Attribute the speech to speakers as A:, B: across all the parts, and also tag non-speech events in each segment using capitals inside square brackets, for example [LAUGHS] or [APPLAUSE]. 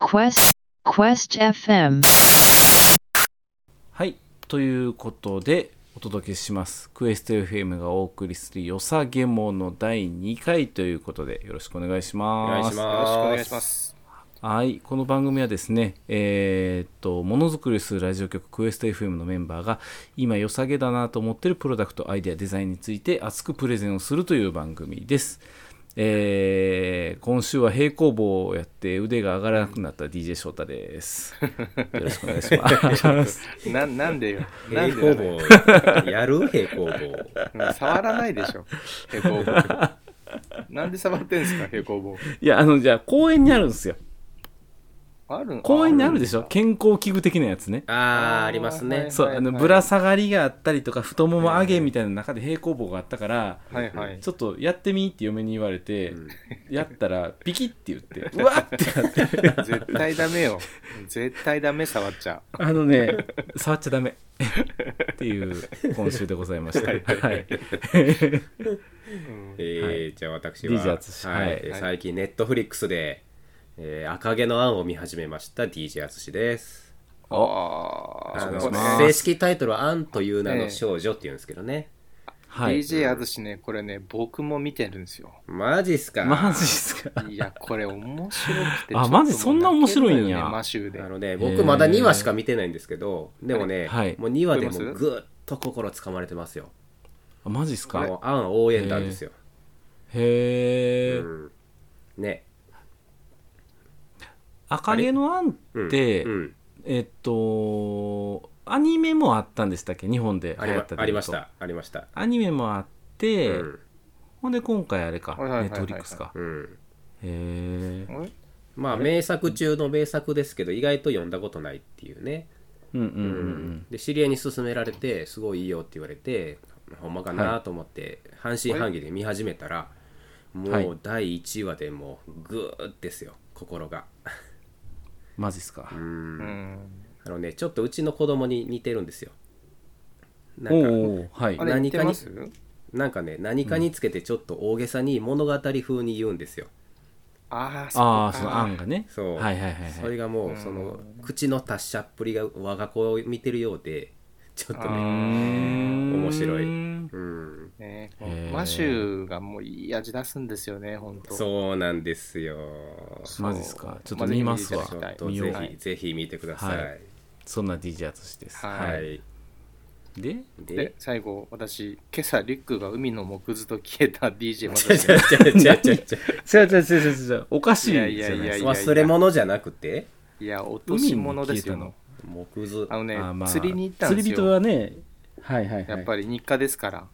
A: Quest Quest FM
B: はい。ということで、お届けします。クエスト FM がお送りするよさげもの第2回ということで、よろしくお願いし
C: お
B: ま
C: 願い
B: す。
C: します。
D: よろしくお願いします。
B: はい。この番組はですね、えーっと、ものづくりするラジオ局クエスト FM のメンバーが、今よさげだなと思ってるプロダクト、アイデア、デザインについて熱くプレゼンをするという番組です。えー今週は平行棒をやって腕が上がらなくなった DJ 翔太です。 [LAUGHS] よろしくお願いします。
D: な、なんで
B: [LAUGHS]
D: よ。な
C: 平
D: んでよ
C: 行棒、やる平行棒。
D: うん触らないでしょ。平行棒。なんで触ってんすか、平行棒。
B: いや、あの、じゃあ公園にあるんですよ。
D: あるの
B: 公園にあるでしょ
D: あ
B: 健康器具的なやつね。
C: あー、ありますね。
B: [LAUGHS] そう、
D: はい
B: あの、
D: はい
B: ぶら下がりがあったりとか、太もも上げみたいな中で平行棒があったから、
D: はいはい。
B: ちょっとやってみって嫁に言われて、やったら、ピキって言って、うわっってなって、
D: [LAUGHS] 絶対ダメよ。絶対ダメ、触っちゃう。
B: あのね、触っちゃダメ。っていう今週でございました。はい。
D: うん
C: えー、じゃあ私
B: DJ
C: は、
B: 淳
C: は
B: はい
C: い、最近ネットフリックスで、えー赤毛のアンを見始めました DJ 淳です。
D: あ
C: あ
D: ー
C: の
B: します
C: 正式タイトルはアンという名の少女っていうんですけどね。
B: はい。
D: DJ あずしね、これね、僕も見てるんですよ。
C: マジっすか。
B: マジっすか。
D: いや、これ面白く
B: [LAUGHS] あ
D: て。ちょっともう
B: マジそんな面白いんや
D: 泣けるのよねマシューで
C: あ。のね、
B: へ
C: 僕
B: ー
C: まだ2話しか見てないんですけど、でもね、
B: はい
C: もう2話でも
D: 見てます
C: ぐっと心つかまれてますよ。
B: あマジっすか。
C: もうアン応援団ですよ。
B: へえ、
C: うん、ね。
B: 赤毛のアン
C: うん
B: って、
C: うん
B: えっと、アニメもあったんでしたっけ日本で
C: あり
B: 流行
C: ま
B: ったというと
C: ありまし。た、ありました。
B: アニメもあって、
C: うん
B: ほんで今回あれか、
D: はいはいはいは
B: ネ
D: い
B: ットフリックスか。
C: うん
B: へえ。
D: おい
C: まあ名作中の名作ですけど意外と読んだことないっていうね、
B: うんうん
C: う
B: うんん
C: で知り合いに勧められてすごいいいよって言われてほんまかなと思って半信半疑で見始めたら
B: はい
C: もう第1話でもうグーですよ心が
B: うん。マジっすか。
D: うん。
C: あのねちょっとうちの子供に似てるんですよな
B: お
C: んか
B: うおうはい
D: あ。れ、
C: 何
D: 似
C: か
D: て
C: に
D: ます
C: なんかね何かにつけてちょっと大げさに物語風に言うんですよ、
D: ああ、そう
B: あ
D: か
B: あ、その案がね。
C: そう
B: はいはいはい
C: そ
B: は
C: れ
B: い。
C: がもうその口の達者っぷりが我が子を見てるようで [LAUGHS] ちょっと
D: あ
C: ね
B: 面
C: 面白い
B: い。
C: うん
D: ね
B: へー
D: マシューがもういい味出すんですよね、本当。
C: そうなんですよち
D: そう
B: マジっすかちょっと見ますわ
C: ょ
D: まあ
C: っ
D: ぜひ
C: と
D: 見
C: ぜ
D: て
C: ひ、
D: いただきたい
C: ぜひ見てください、
B: はそんな DJ 淳です。
D: は
C: はいい、
B: で、
C: で
D: で、最後、私、今朝、リュックが海の木図と消えた DJ ま
C: ちゃ
D: さ
C: ちゃちゃちゃちゃちゃ
B: 違う
D: [LAUGHS]
B: 違う違う違う違う。おかしいじゃない
D: い
B: で
D: や
B: すか。
D: いやいやいや
C: 忘れ物じゃなくて
D: いや、落とし物です
B: 海に
D: よ。
C: 木図
D: あのね、
B: あーまあ
D: 釣りに行ったんです
B: 釣り人
D: よ。
B: はね、はいはいはい。
D: やっぱり日課ですから。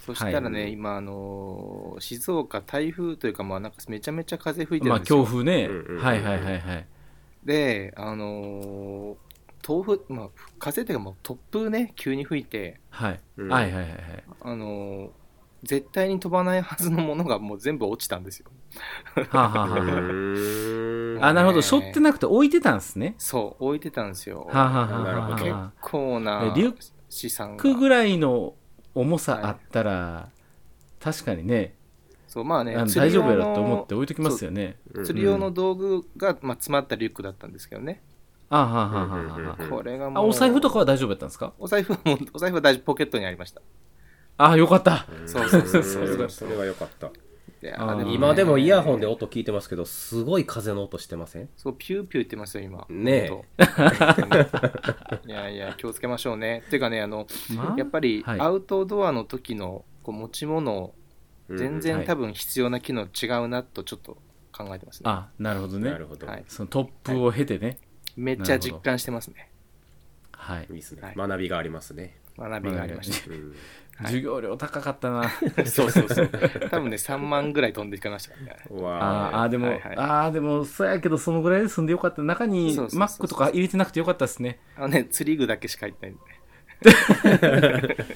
D: そしたらね、
C: はい
D: 今、あのー静岡、台風というか、まあ、なんかめちゃめちゃ風吹いて
B: ま
D: る
B: あ
D: んですよ。
B: 強風ね
C: うんうんうんう。ん
B: はいはいはいはい。
D: で、あのー豆腐、まあ、風というか、もう突風ね、急に吹いて、
B: はい。
C: うん
B: はいはいはいはい。
D: あのー絶対に飛ばないはずのものがもう全部落ちたんですよ。
B: はあはあ
C: う
B: はあはあ。
C: ーん [LAUGHS]
B: あ、なるほ
D: ね
B: ど。背負ってなくて置いてたんですね。
D: そう、置いてたんですよ。
B: はあはあはあ
C: なるほ
D: 結
B: はあ。
D: 構な
B: えリュッ
D: 資産
B: クぐ
D: が。
B: らいの重さあったら、確かにね、
D: そう、まあね
B: あの、
D: 釣
B: 大
D: り
B: 丈
D: 用
B: 夫や
D: の
B: ろと思って置いときますよね。
C: うん
D: 釣り用の道具が、まあ、詰まったリュックだったんですけどね。
B: あはははは
C: うんうんうん
B: は
C: うん
D: これがも
B: あ、
D: う。
B: お財布とかは大丈夫やったんですか
D: お財布はもう、 [LAUGHS] お財布は大ポケットにありました。
B: あ、よかった。
C: うん
D: そう [LAUGHS] そうそうそう
C: うんそれは良かった
D: いや
B: あー
D: ーね
C: 今でもイヤホンで音聞いてますけどすごい風の音してません
D: そう、ピューピュー言ってますよ、今。
C: ねえ
D: 本
C: [LAUGHS]
D: 当いやいや、気をつけましょうね。っていうかね、あの、
B: ま
D: やっぱり、
B: はい
D: アウトドアの時の、こう、持ち物、全
C: うん
B: はい
D: 然多分必要な機能違うなと、ちょっと考えてますね。
B: あ、なるほどね
C: な。るほど、
D: はい
C: い、
B: そのトップを経てね。
D: めっちゃ実感してますね。
B: はい
C: い。ですね、
D: はい
C: 学びがありますね、
D: 学びがありました。
C: うん
D: はい
B: 授業料高かったな。
D: [LAUGHS] そうそうそう。
B: [LAUGHS]
D: 多分ね、3万ぐらい飛んでいかましたからね。
C: うわ
B: あーあー、でも、
D: はいはい
B: ああ、でも、そうやけど、そのぐらいで済んでよかった。中に
D: そうそうそうそう
B: マックとか入れてなくてよかったですね。
D: あのね、釣り具だけしか入ってないんで。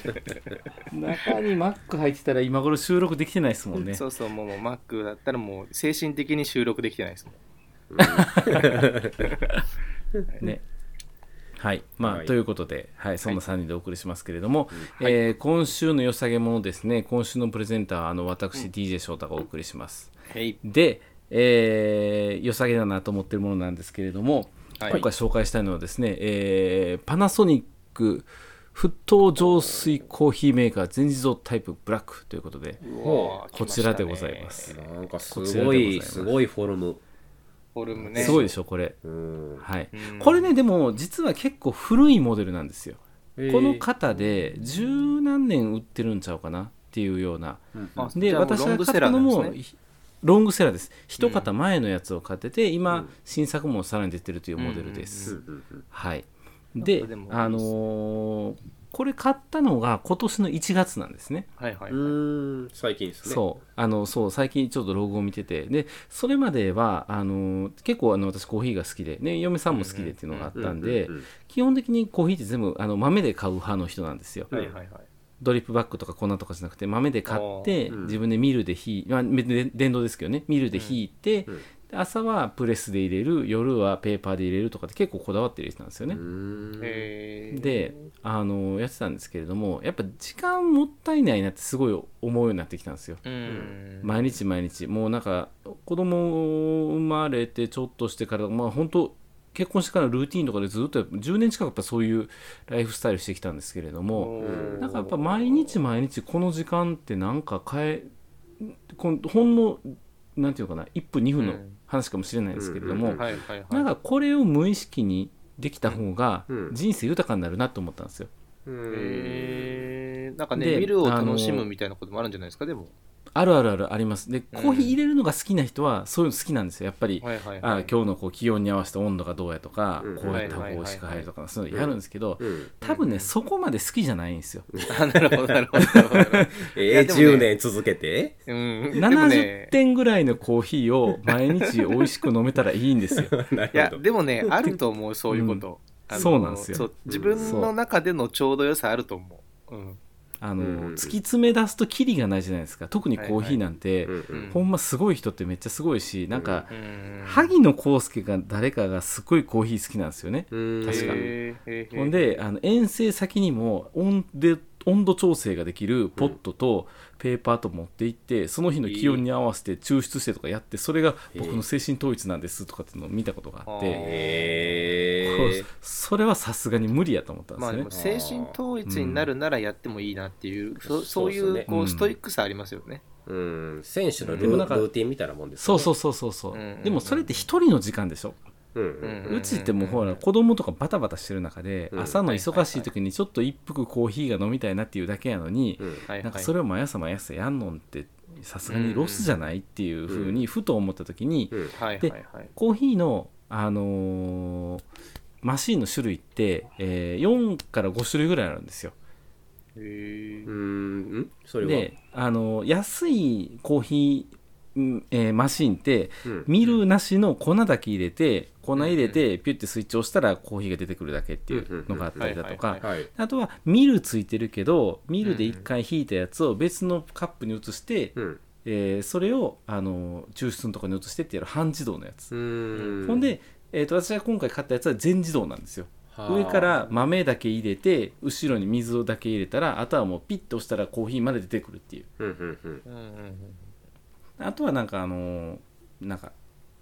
B: 中にマック入ってたら、今頃収録できてないですもんね。
D: そうそう、もうもう Mac だったらもう精神的に収録できてないですもん。
B: ね。はい。まあ、
C: はい
B: ということで、はい、そんな3人でお送りしますけれども、
D: はい
B: えー今週の良さげものですね、今週のプレゼンターは、あの、私、DJ 翔太がお送りします。
D: へい。
B: で、えー良さげだなと思ってるものなんですけれども、
D: はい
B: 今回紹介したいのはですね、えーパナソニック沸騰浄水コーヒーメーカー全自動タイプブラックということで
D: こ
B: こちらでございま。す、
C: なんかす
B: こちらでご
C: ご
B: ざい
C: い
B: ます
C: すごいフォルム
D: フォルムね。
B: すごいでしょこれ
C: うん
B: はい
D: うん
B: これねでも実は結構古いモデルなんですよこの
C: か
B: 型で十何年売ってるんちゃうかなっていうような
D: あ
B: で
D: じゃあもう
B: 私
D: ロン
B: が
D: グ
B: 買
D: セ
B: っ
D: ラ
B: た
D: ー
B: の
D: なんです
B: も
D: ね
B: ひロングセラーです一型前のやつを買ってて、今、新作もさらに出てるというモデルです、
D: うん
B: はい
D: こ
B: で
D: れでもいいです
B: あのーこれ買ったのが今年の1月なんですね
D: はいはい。
C: うん最近ですね
B: そうあのそう最近ちょっとログを見ててでそれまではあのー結構あの私コーヒーが好きで、ね、嫁さんも好きでっていうのがあっ
C: う
B: たんで
C: うう
B: 基本的にコーヒーって全部あの豆で買う派の人なんですよ、
D: はいはいはい。
B: ドリップバッグとか粉とかじゃなくて豆で買って、
C: あーうん
B: 自分でミルでひい、まあ、めで電動ですけどねミルでひいて、
C: うんうん
B: で朝はプレスで入れる夜はペーパーで入れるとかって結構こだわって入れてたんですよね、
C: うん
D: えー
B: で、あのやってたんですけれどもやっぱ時間もったいないなってすごい思うようになってきたんですよ
D: うん。
B: 毎日毎日もうなんか子供生まれてちょっとしてからまあ本当結婚してからのルーティンとかでずっとやっぱ10年近くやっぱそういうライフスタイルしてきたんですけれども、
D: うん
B: なんかやっぱ毎日毎日この時間ってなんか変えこのほんのなんていうのかな1分2分の
D: うん
B: 話かもしれないですけれど
C: うんう
B: も、
C: んうん
D: はいはいはい。
B: なんかこれを無意識にできた方が
C: うん
B: 人生豊かになるなと思ったんですよ。
D: えーなんかね、
B: で
D: 見るを楽しむみたいなこともあるんじゃないですか、でも。
B: あるあるあるあります。で
D: うん
B: コーヒー入れるのが好きな人はそういうの好きなんですよやっぱり。
D: はいはいは
B: あ
D: い。
B: 今日のこう気温に合わせた温度がどうやとか、
C: うん
B: こうやった方が美味しく入るとかそういうのやるんですけど、
C: うん
B: 多分ねそこまで好きじゃないんですよ。
D: [LAUGHS] あなるほど、
B: [LAUGHS]
D: なるほどなるほど。
C: えー
D: でもね
C: 10年続けて [LAUGHS]
D: うん。でもね
B: 70点ぐらいのコーヒーを毎日美味しく飲めたらいいんですよ。
C: ない
D: や、でもね、あると思う、そういうこ
B: [LAUGHS]
D: と。
B: うん
D: あの
B: そうなんですよ
D: そう自分の中でのちょうど良さあると思う。うん。
B: あの、
C: うんうん
B: 突き詰め出すとキリがないじゃないですか特にコーヒーなんて、
D: うん
B: ほんますごい人ってめっちゃすごいしなんか、
D: うん
B: 萩野公介が誰かがすごいコーヒー好きなんですよね、確かに
D: へーへーへー
B: ほんであの遠征先にも温で温度調整ができるポットとペーパーと持って行って、その日の気温に合わせて抽出してとかやってそれが僕の精神統一なんですとかっていうのを見たことがあって、
D: あー
C: え
B: こうそれはさすがに無理やと思ったんで
D: まあ
B: す
D: で
B: よね
D: も、精神統一になるならやってもいいなっていう、そそうい
C: そう
D: う
C: ですね
D: こ
B: うん
D: うストイックさありますよね。
C: うん選手の
B: で
C: ル
B: も
C: ー
B: なんか
C: ルーティンみたいなもんです
B: そうそううそうそうそう、
D: うんうんうん
B: でもそれって一人の時間でしょ
C: ううん
B: うちってもうほ
D: うんうんう
B: ら
D: ん
B: 子供とかバタバタしてる中で
C: うん
B: 朝の忙しい時にちょっと一服コーヒーが飲みたいなっていうだけやのに
C: うん
D: はいはい、
B: なんかそれを毎朝毎朝やんのんってさすがにロスじゃないっていうふうにふと思った時に
C: うん
D: はいはいはい。
B: コーヒーのあのーマシンの種類ってえー4から5種類ぐらいあるんですよ。
D: へー
C: うんんそれは
B: であのー安いコーヒーんえーマシンって
C: うん
B: ミルなしの粉だけ入れて粉入れてピュッてスイッチ押したらコーヒーが出てくるだけっていうのがあったりだと
D: うんうんうんはいはいは
B: か
D: い
C: はい
B: あとはミルついてるけどミルで1回引いたやつを別のカップに移して、
C: うん
B: えーそれをあの抽出のところに移してってやる半自動のやつ、
C: うん
B: ほんで、えー、と私が今回買ったやつは全自動なんですよ
C: はあ
B: 上から豆だけ入れて後ろに水をだけ入れたらあとはもうピッと押したらコーヒーまで出てくるっていう
C: うんうんうん
D: うんうん
B: あとはなんかあのなんか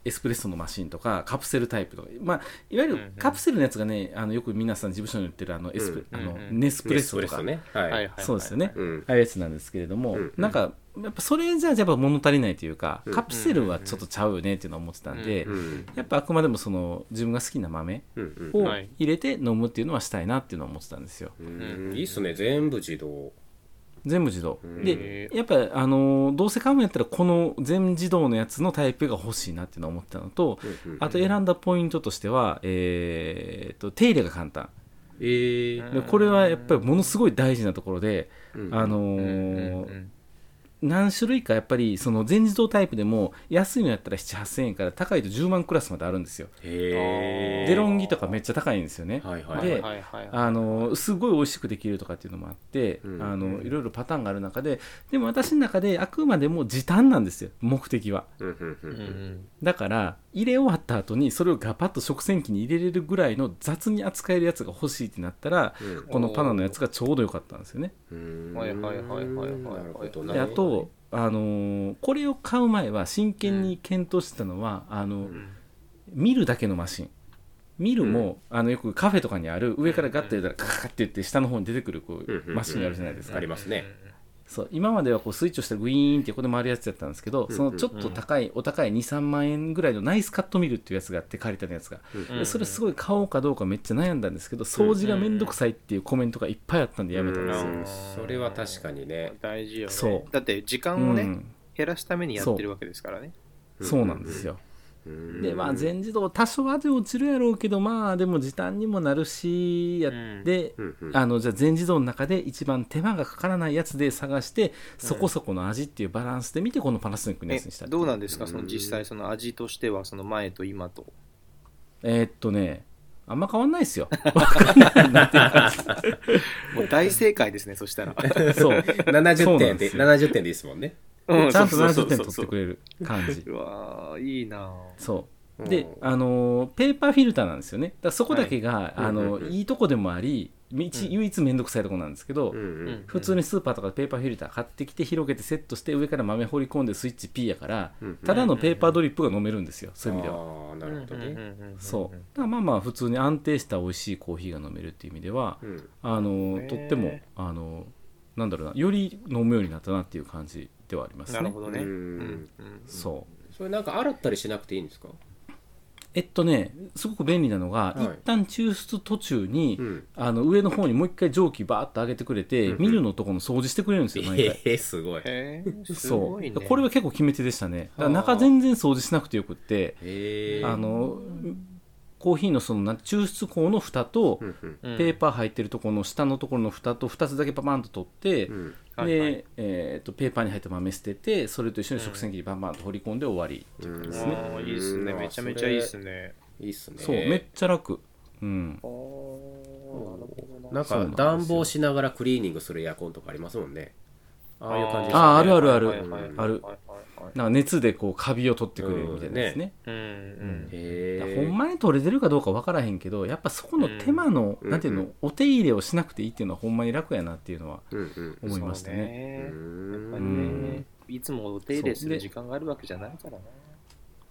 B: エスプレッソのマシンとかカプセルタイプとか、まあ、いわゆ
D: うんう
B: る
D: ん
B: カプセルのやつがねあのよく皆さん事務所に売ってるあのエスプ、
D: うん
B: あ
D: う
B: の
D: んうん
B: ネスプレッソと
C: ネ
B: か、
C: ねはい、
D: はいはいはい
B: そうですよね
C: うん
B: ああいうやつなんですけれども、
C: うん
B: なんかやっぱそれじゃやっぱ物足りないというか、
C: うん
B: カプセルはちょっとちゃうよねっていうのは思ってたんで、
C: うん
B: やっぱあくまでもその自分が好きな豆
C: うん
B: を
D: はい
B: 入れて飲むっていうのはしたいなっていうのは思ってたんですよ
C: うんいいっすね全部自動
B: 全部自動
C: うん
B: でやっぱあのーどうせ買うんやったらこの全自動のやつのタイプが欲しいなっていうのは思ってたのと
C: うんうん
B: あと選んだポイントとしては、えーっと手入れが簡単
C: ええ
B: でこれはやっぱりものすごい大事なところで、あの
D: うんうん
B: ー
D: うん
B: 何種類かやっぱりその全自動タイプでも安いのやったら7 8 0 0円から高いと10万クラスまであるんですよ
C: へえ
B: デロンギとかめっちゃ高いんですよね、
C: はいはい
B: で、
D: はいはいはい
B: あのすごい美味しくできるとかっていうのもあって、
C: うん
B: あのいろいろパターンがある中ででも私の中であくまでも時短なんですよ目的は
C: うんうんう
D: うんんうん
B: だから入れ終わった後にそれをガパッと食洗機に入れれるぐらいの雑に扱えるやつが欲しいってなったら
C: うん
B: このパナのやつがちょうど良かったんですよね
C: うん
D: はいはいはいはいはいはい
C: なるほど
B: で
C: ね
B: あと、あのーこれを買う前は真剣に検討してたのは、あの見るだけのマシン見るも、あのよくカフェとかにある上からガッて入れたらカカッて言って下の方に出てくるこう、
C: うんうんうん
B: マシンがあるじゃないですか、
C: ありますね。
B: そう今まではこうスイッチをしたらグイーンってここで回るやつだったんですけど、
C: うん
B: そのちょっと高いお高い23万円ぐらいのナイスカットミルっていうやつがあって借りたやつが、
D: うん
B: でそれすごい買おうかどうかめっちゃ悩んだんですけど掃除がめんどくさいっていうコメントがいっぱいあったんでやめたんですよ、
C: うんそれは確かに [LAUGHS] ね
D: 大事よね
B: そう
D: だって時
B: う
D: 間を
B: ん
D: ね、減らすためにやってるわけですからね
B: そうなんですよ、
C: うん
B: でまあ全自動多少味落ちるやろうけどまあでも時短にもなるしやって、
C: うんうん
B: あのじゃあ全自動の中で一番手間がかからないやつで探してそこそこの味っていうバランスで見てこのパナソニックのや
D: え
B: つにしたってい
D: どうなんです
C: う
D: か
C: ん
D: その実際その味としてはその前と今と
B: えーっとねあんま変わんないですよわかんないなんていう
C: [LAUGHS]
B: か
D: もう大正解ですねそしたら
B: そう
C: 70
B: そうな
C: 点
B: んで
C: です
B: よ
C: 70点でいいですもんね。
D: う
B: ちゃんと
D: そう
B: 70
D: そうそ
B: 点
D: う
B: 取ってくれる感じ
D: うわーいいな
B: そう
C: う
B: で
C: ん
B: あのーペーパーフィルターなんですよねだからそこだけが、い、あ
C: うん
B: の
C: うんうん
B: いいとこでもありみ一
D: うん
B: 唯一めんどくさいとこなんですけど、
C: うんうん
B: 普通にスーパーとかでペーパーフィルター買ってきて広げてセットして上から豆放り込んでスイッチ P やから
C: うん
B: ただのペーパードリップが飲めるんですよそういう意味では
C: ああなるほどね。
B: そうだからまあまあ普通に安定した美味しいコーヒーが飲めるっていう意味では
C: うん
B: あの
D: へー
B: とってもあのなんだろうなより飲むようになったなっていう感じではありますね
D: なるほどね
C: うん
D: うん
B: そう
C: それなんか洗ったりしなくていいんですか
B: えっとねすごく便利なのが、
C: はい
B: 一旦抽出途中に、
C: ん。
B: あの上の方にもう一回蒸気バーッと上げてくれて、
C: うんうん
B: ミルのとこの掃除してくれるんですよ毎回
C: ええすごい。へ
D: へえす
B: そ
D: ご
B: う、
D: いね
B: これは結構決め手でしたねだから中全然掃除しなくてよくって
C: え。
B: あのコーヒーのそのなん抽出口の蓋と、
C: うんうん
D: うん
B: ペーパー入ってるところの下のところの蓋と2つだけパパンと取って、
C: うん
D: はい
B: で、
D: はい
B: えー、とペーパーに入った豆捨ててそれと一緒に食洗機にバンバンと放り込んで終わり、
C: うん
B: ですね
D: あーいいっすねめちゃめちゃいいっすね
C: いいっすね。
B: そうめっちゃ楽うん
D: あー
C: なん
B: そう
C: か
B: なんですよ
C: 暖房しながらクリーニングするエアコンとかありますもんね。ああいう感じ
B: あーあるあるある
D: はいはいは
B: あ
D: い
B: る
D: はいはいはい
B: なんか熱でこうカビを取ってくれるみたいなですね,
D: うんうん
B: だから、
C: へ
B: ほんまに取れてるかどうか分からへんけどやっぱそこの手間の、
C: うん
B: なんていうの、
C: うん
B: お手入れをしなくていいっていうのはほんまに楽やなっていうのは
C: うんうん
B: 思いましたね
C: う
D: そうねやっぱ
C: ー
D: り
B: うん
C: ん。
D: ね、いつもお手入れする時間があるわけじゃないからね。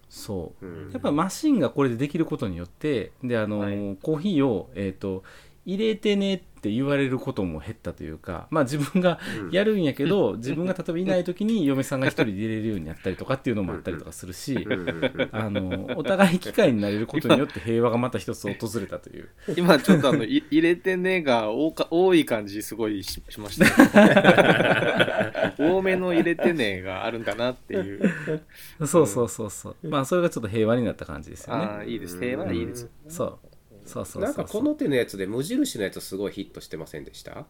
B: そう
C: うん
B: やっぱマシンがこれでできることによってであの、
D: はい
B: コーヒーを、えー、と入れてねって言われることも減ったというか、まあ、自分が
C: うん
B: やるんやけど、
C: [LAUGHS]
B: 自分が例えばいない時に嫁さんが一人で入れるようになったりとかっていうのもあったりとかするし
C: うんうんうん
B: あのお互い機会になれることによって平和がまた一つ訪れたという
D: 今ちょっとあの、い入れてねが多か多い感じすごいししました [LAUGHS] ね。多めの入れてねがあるんだなっていう。
B: そうそうそうそうまあそれがちょっと平和になった感じですよね
D: ああ、いいです。テーマいいです。
B: そうそうそうそうそう
C: なんかこの手のやつで無印のやつすごいヒットしてませんでした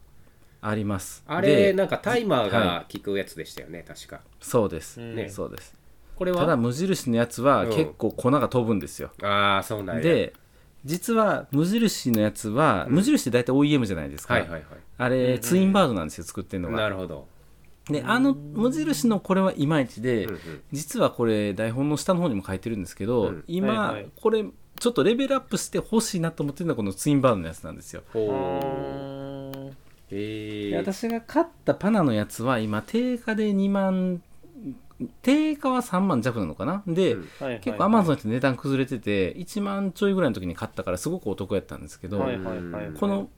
B: あります
C: あれ
B: で
C: なんかタイマー
B: は
C: が効くやつでしたよね確か
B: そうです、
D: ね
B: そうです
C: これ
B: ただ
C: は
B: 無印のやつは
C: うん
B: 結構粉が飛ぶんですよ、
C: ああそうなんや
B: で実は無印のやつは、無印って大体 OEM じゃないですか、
C: はいはいはい
B: あれ、ツインバードなんですよ作ってるの
C: な
B: が
C: るほど
B: であの無印のこれはいまいちで、
C: うんうん
B: 実はこれ台本の下の方にも書いてるんですけど、
C: うん
B: 今、
D: はいはい
B: これちょっとレベルアップしてほしいなと思ってるのはこのツインバードのやつなんですよ
C: ほう
D: ーん
C: へ
B: で
C: え
B: 私が買ったパナのやつは今定価で2万定価は3万弱なのかなで、
C: うん
D: はいはい
B: 結構アマゾンって値段崩れてて1万ちょいぐらいの時に買ったからすごくお得やったんですけど、
D: はいはいはい
B: この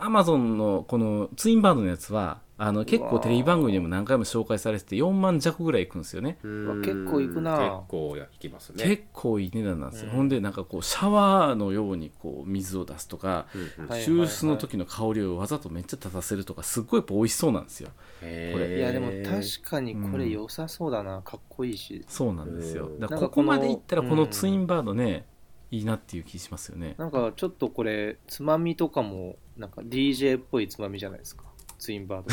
B: アマゾンのこのツインバードのやつはあの結構テレビ番組でも何回も紹介されてて4万弱ぐらいいくんですよね、
C: う
D: わ結構いくな
C: 結構いきますね
B: 結構いい値段なんですよ、
D: うん
B: ほんでなんかこうシャワーのようにこう水を出すとか
C: うんうん
D: はい
B: 抽出の時の香りをわざとめっちゃ立たせるとかすっごいやっぱ美味しそうなんですよ
C: へー
B: これ
D: いや、でも確かにこれ良さそうだな。かっこいいし。
B: そうなんですよ
C: うん
B: だか
D: な
B: らこ
D: んかこ
B: こ
D: の
B: までいったらこの
D: うん
B: ツインバードね、いいなっていう気しますよね
D: なんかちょっとこれ、つまみとかも、なんか DJ っぽいつまみじゃないですか。ツインバー [LAUGHS]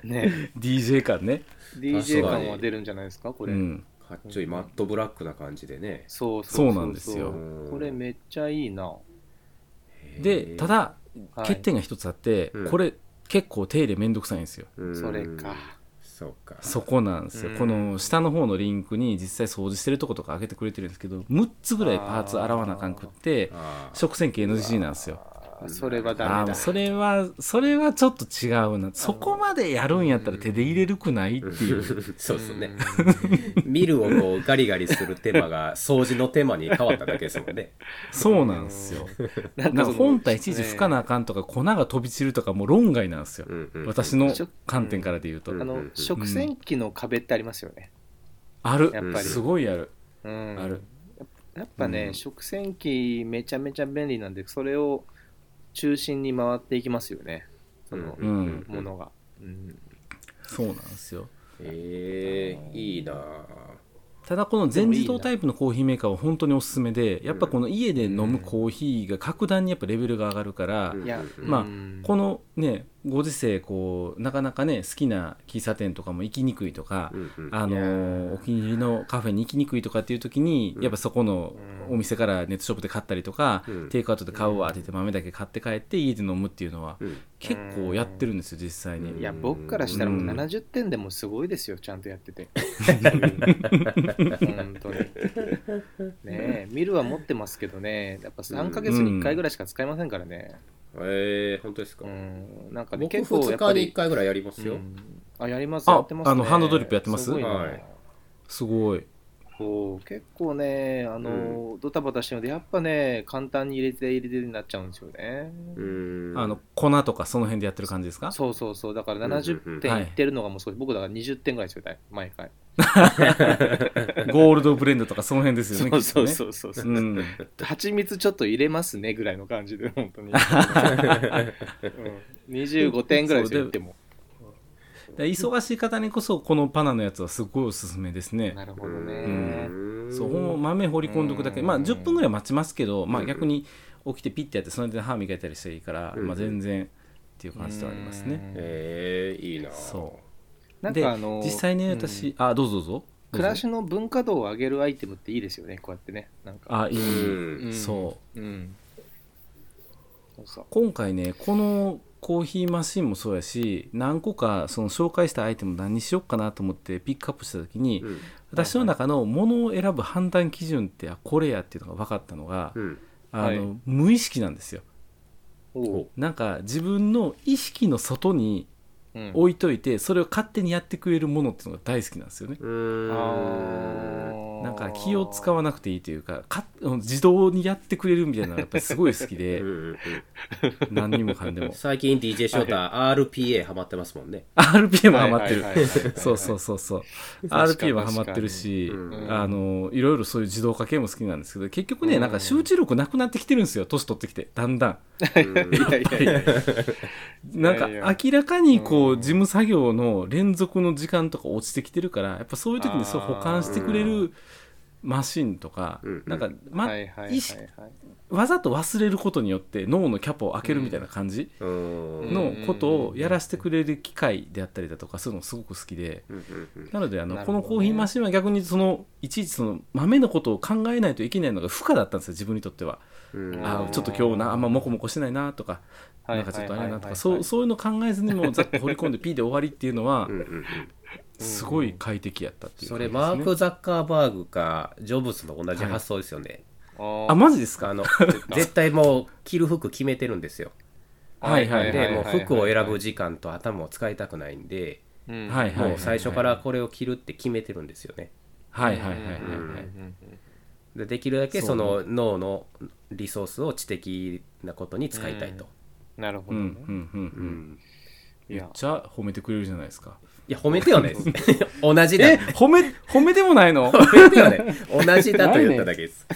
D: ド。ね
B: DJ 感ね
D: え DJ 感は出るんじゃないですか、こ
B: う
D: れ。
B: ん
C: かっちょいマットブラックな感じでね
D: そう
B: そ
D: そう
B: なんですよ
C: うん
D: これめっちゃいいな。
B: でただ
D: はい
B: 欠点が一つあって、
C: うん
B: これ結構手入れめんどくさいんですよ
C: うん
D: それか。
C: そうか
B: そこなんですよ、
D: うん
B: この下の方のリンクに実際掃除してるとことか開けてくれてるんですけど6つぐらいパーツ洗わなあかんくって
C: あー
B: 食洗機 NG なんですよ
D: ああーそれは
B: あ
D: ダ
B: あ
D: メ
B: もう
D: だ
B: それはそれはちょっと違うなそこまでやるんやったら手で入れるくないっていう
C: そうですね。ミルをこうガリガリする手間が掃除の手間に変わっただけですもんね。
B: そうなんですよ
D: [LAUGHS] な
B: なん
D: そ
B: か
D: の
B: 本体一時吹かなあかんとか粉が飛び散るとかもう論外なんですよ
C: うんうん
B: 私の観点からで言うと
C: うん
D: あ
C: うん
D: の
C: うん
D: 食洗機の壁ってありますよね、
B: ある
D: やっぱり
B: すごいある
D: うん
B: ある
D: やっぱね、
B: うん
D: 食洗機めちゃめちゃ便利なんでそれを中心に回っていきますよねその
B: うんうん
D: ものが、うん
B: そうなんですよ
C: ええいいなあ
B: ただこの全自動タイプのコーヒーメーカーは本当におすすめでやっぱこの家で飲むコーヒーが格段にやっぱレベルが上がるから
C: うん
D: いや、
B: まあ
D: うん
B: このねご時世こうなかなかね好きな喫茶店とかも行きにくいとか
C: うんうん
B: あ
D: いやー
B: のお気に入りのカフェに行きにくいとかっていう時に
C: うん
B: やっぱそこの
D: うん
B: お店からネットショップで買ったりとか
C: うん
B: テイクアウトで買うわって言って豆だけ買って帰って家で飲むっていうのは
C: うん
B: 結構やってるんですよ実際
C: うん
D: い
B: に
D: や僕からしたらもううん70点でもすごいですよ、ちゃんとやってて。本
C: [LAUGHS]
D: 当に。ねえ、ミルは持ってますけどね、やっぱ3ヶ月に1回ぐらいしか使いませんからね。
C: [LAUGHS] ええ本当ですか、
D: うん、なんかね、
C: 僕
D: 結構や
C: 2
D: っぱ
C: 日に1
D: り。
C: 回ぐらいやりますよ、
D: うんあ、やります、
B: あ
D: やってます、ね。
B: あのハンドドリップやってます
D: すごいな
C: はい
B: すごい
D: こう結構ね、あの、ドタバタしてるので、やっぱね、簡単に入れて入れてになっちゃうんですよね。
C: うん
B: あの粉とかその辺でやってる感じですか
D: そうそうそう、だか
C: う
D: ら
C: んうんうん
D: 70点いってるのがもう少し、僕だから20点ぐらいですよ、大毎回。
B: ゴールドブレンドとかその辺ですよね
D: [LAUGHS] そうそう
B: きっとね
D: そうそうそう。
B: うん
D: 蜂蜜ちょっと入れますねぐらいの感じで本当 [LAUGHS] に、うん、25点ぐらいですよ
B: そうで
D: 言って
B: だ
D: も
B: から忙しい方にこそこのパナのやつはすごいおすすめですね
D: なるほど
B: う
D: ね
B: そうもう豆掘り込んどくだけ
D: うん
B: まあ10分ぐらい待ちますけど、ま
C: う
B: あ、
C: ん
B: 逆に起きてピッてやってその間に歯磨いたりしていいから、
C: うん
B: まあ、全然っていう感じではありますね、
D: うん
C: ええいいなあ
B: そ
D: なん
B: で
D: かあの
B: 実際ね
D: うん
B: 私、あどうぞどうぞどう
D: 暮
B: ぞ
D: らしの文化度を上げるアイテムっていいですよねこうやってねなんか
B: あいい、
C: ん
B: そう
D: うんそうそう
B: 今回ねこのコーヒーマシンもそうやし何個かその紹介したアイテム何にしようかなと思ってピックアップした時に、
C: うん
B: 私の中のものを選ぶ判断基準ってあこれやっていうのが分かったのが、
C: うん
B: あの
D: は
B: 無意識なんですよ
D: おう、
B: なんか自分の意識の外に
D: うん
B: 置いといてそれを勝手にやってくれるものっていうのが大好きなんですよね
C: うーん
D: あー
B: なんか気を使わなくていいというかか自動にやってくれるみたいなのがやっぱりすごい好き
C: う
D: [LAUGHS]
B: で
C: んうんうん
B: 何にもかんでも
C: 最近 DJ 翔太 RPA ハマってますもんね
B: RPM ハマってる
D: はいはいはいはいはい
B: そうそうそうそう RPM ハマってるし
C: 確かに
D: うん
B: あのいろいろそういう自動化系も好きなんですけど結局ね
D: うん
B: なんか集中力なくなってきてるんですよ年取ってきてだんだん
C: うん
D: いやいやいやいや
B: なん
D: いや
B: か
D: いや
B: 明らかにこ
D: う
B: うん事務作業の連続の時間とか落ちてきてるからやっぱそういう時にそう
D: あー
B: 保管してくれるマシンとか
C: うん
B: なんかま
D: はいはいはい
B: 意識
D: はい
B: わざと忘れることによって脳のキャパを開けるみたいな感じ
C: うんうん
B: [LAUGHS] のことをやらせてくれる機械であったりだとかするのすごく好きで
C: うんうん
B: なのであの
D: なる
B: こ
D: ほど
B: の
D: ね
B: コーヒーマシンは逆にそのいちいちその豆のことを考えないといけないのが負荷だったんですよ自分にとっては
C: うんうん
B: あ
D: う
B: ー
D: ん
B: ちょっと今日なあんまモコモコしてないなとか
D: はい
B: な
D: は
B: んか
D: い
B: ちょっとあ
D: は
B: れ
D: い
B: な
D: はい
B: とか
D: はい
B: そうそういうの考えずにもうざっと掘り込んでピーで終わりっていうのは
C: うんうんうん
B: すごい快適やったっていう
C: それ
B: 感じですね、
C: マーク・ザッカーバーグかジョブズの同じ発想ですよね、
D: あ
B: あマジですか
C: あ
B: [LAUGHS]
C: の絶対もう着る服決めてるんですよ
B: はいはい
C: でもう服を選ぶ
D: 時
C: 時間と頭を使いたくないんで
D: うん
B: はいはい
C: もう最初からこれを着るって決めてるんですよね
B: はいはいはいはいはい、
D: うん
C: でできるだけ
B: そう
C: その脳のリソースを知的なことに使いたいと、
D: なるほ
B: うん
D: ど
B: うん
D: ね、
B: うんう
C: うんん
D: い
B: めっ
D: や
B: ちゃ褒めてくれるじゃないですか
C: いや褒めてよ
D: [LAUGHS]
C: ね同じだ
B: え褒め [LAUGHS] 褒めでもないの
C: 褒めてよね同じだと言っただけです、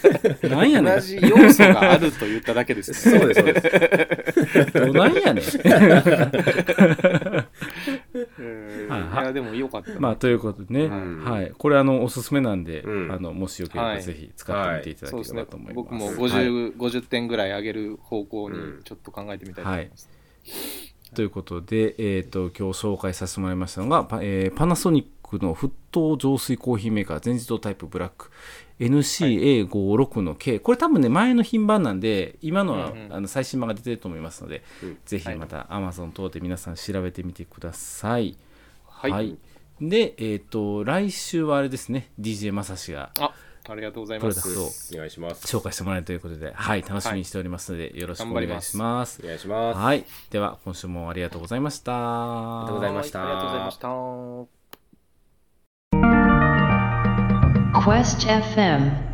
B: なんやね
D: 同
B: ん
D: じ要素があると言っただけですね
C: そうですそうです
B: どなんやねん [LAUGHS]
D: うん
B: はい
D: いやでもよかった、
B: まあということでね、
C: うん
B: はい、これあのおすすめなんで、
C: うん
B: あのもしよければ
D: はい
B: ぜひ使ってみていただけ
D: そう
B: れ
D: ですね
B: ばと思います、
D: 僕も
B: はい
D: 50,、50点ぐらい上げる方向にちょっと考えてみたいと思います、
B: ということで、えー、と今日紹介させてもらいましたのが、パえーパナソニックの沸騰浄水コーヒーメーカー全自動タイプブラック NCA56 の K、これ多分ね前の品番なんで今のは、
D: うんうん
B: あの最新版が出てると思いますので、
C: うん
B: ぜひまた Amazon 等で皆さん調べてみてください。
D: はい
B: で、えー、と来週はあれですね DJ まさしが
D: あありがとうございま
B: プロダク
D: す。
B: ト
C: お
B: を
C: 願いします。
B: 紹介してもらえるということで、はい、楽しみにしておりますので、よろしくお願いします
C: お。願いします。
B: はい、では今週もありがとうございました。あり
C: がとうございました
D: はありがとうございました。
A: Quest FM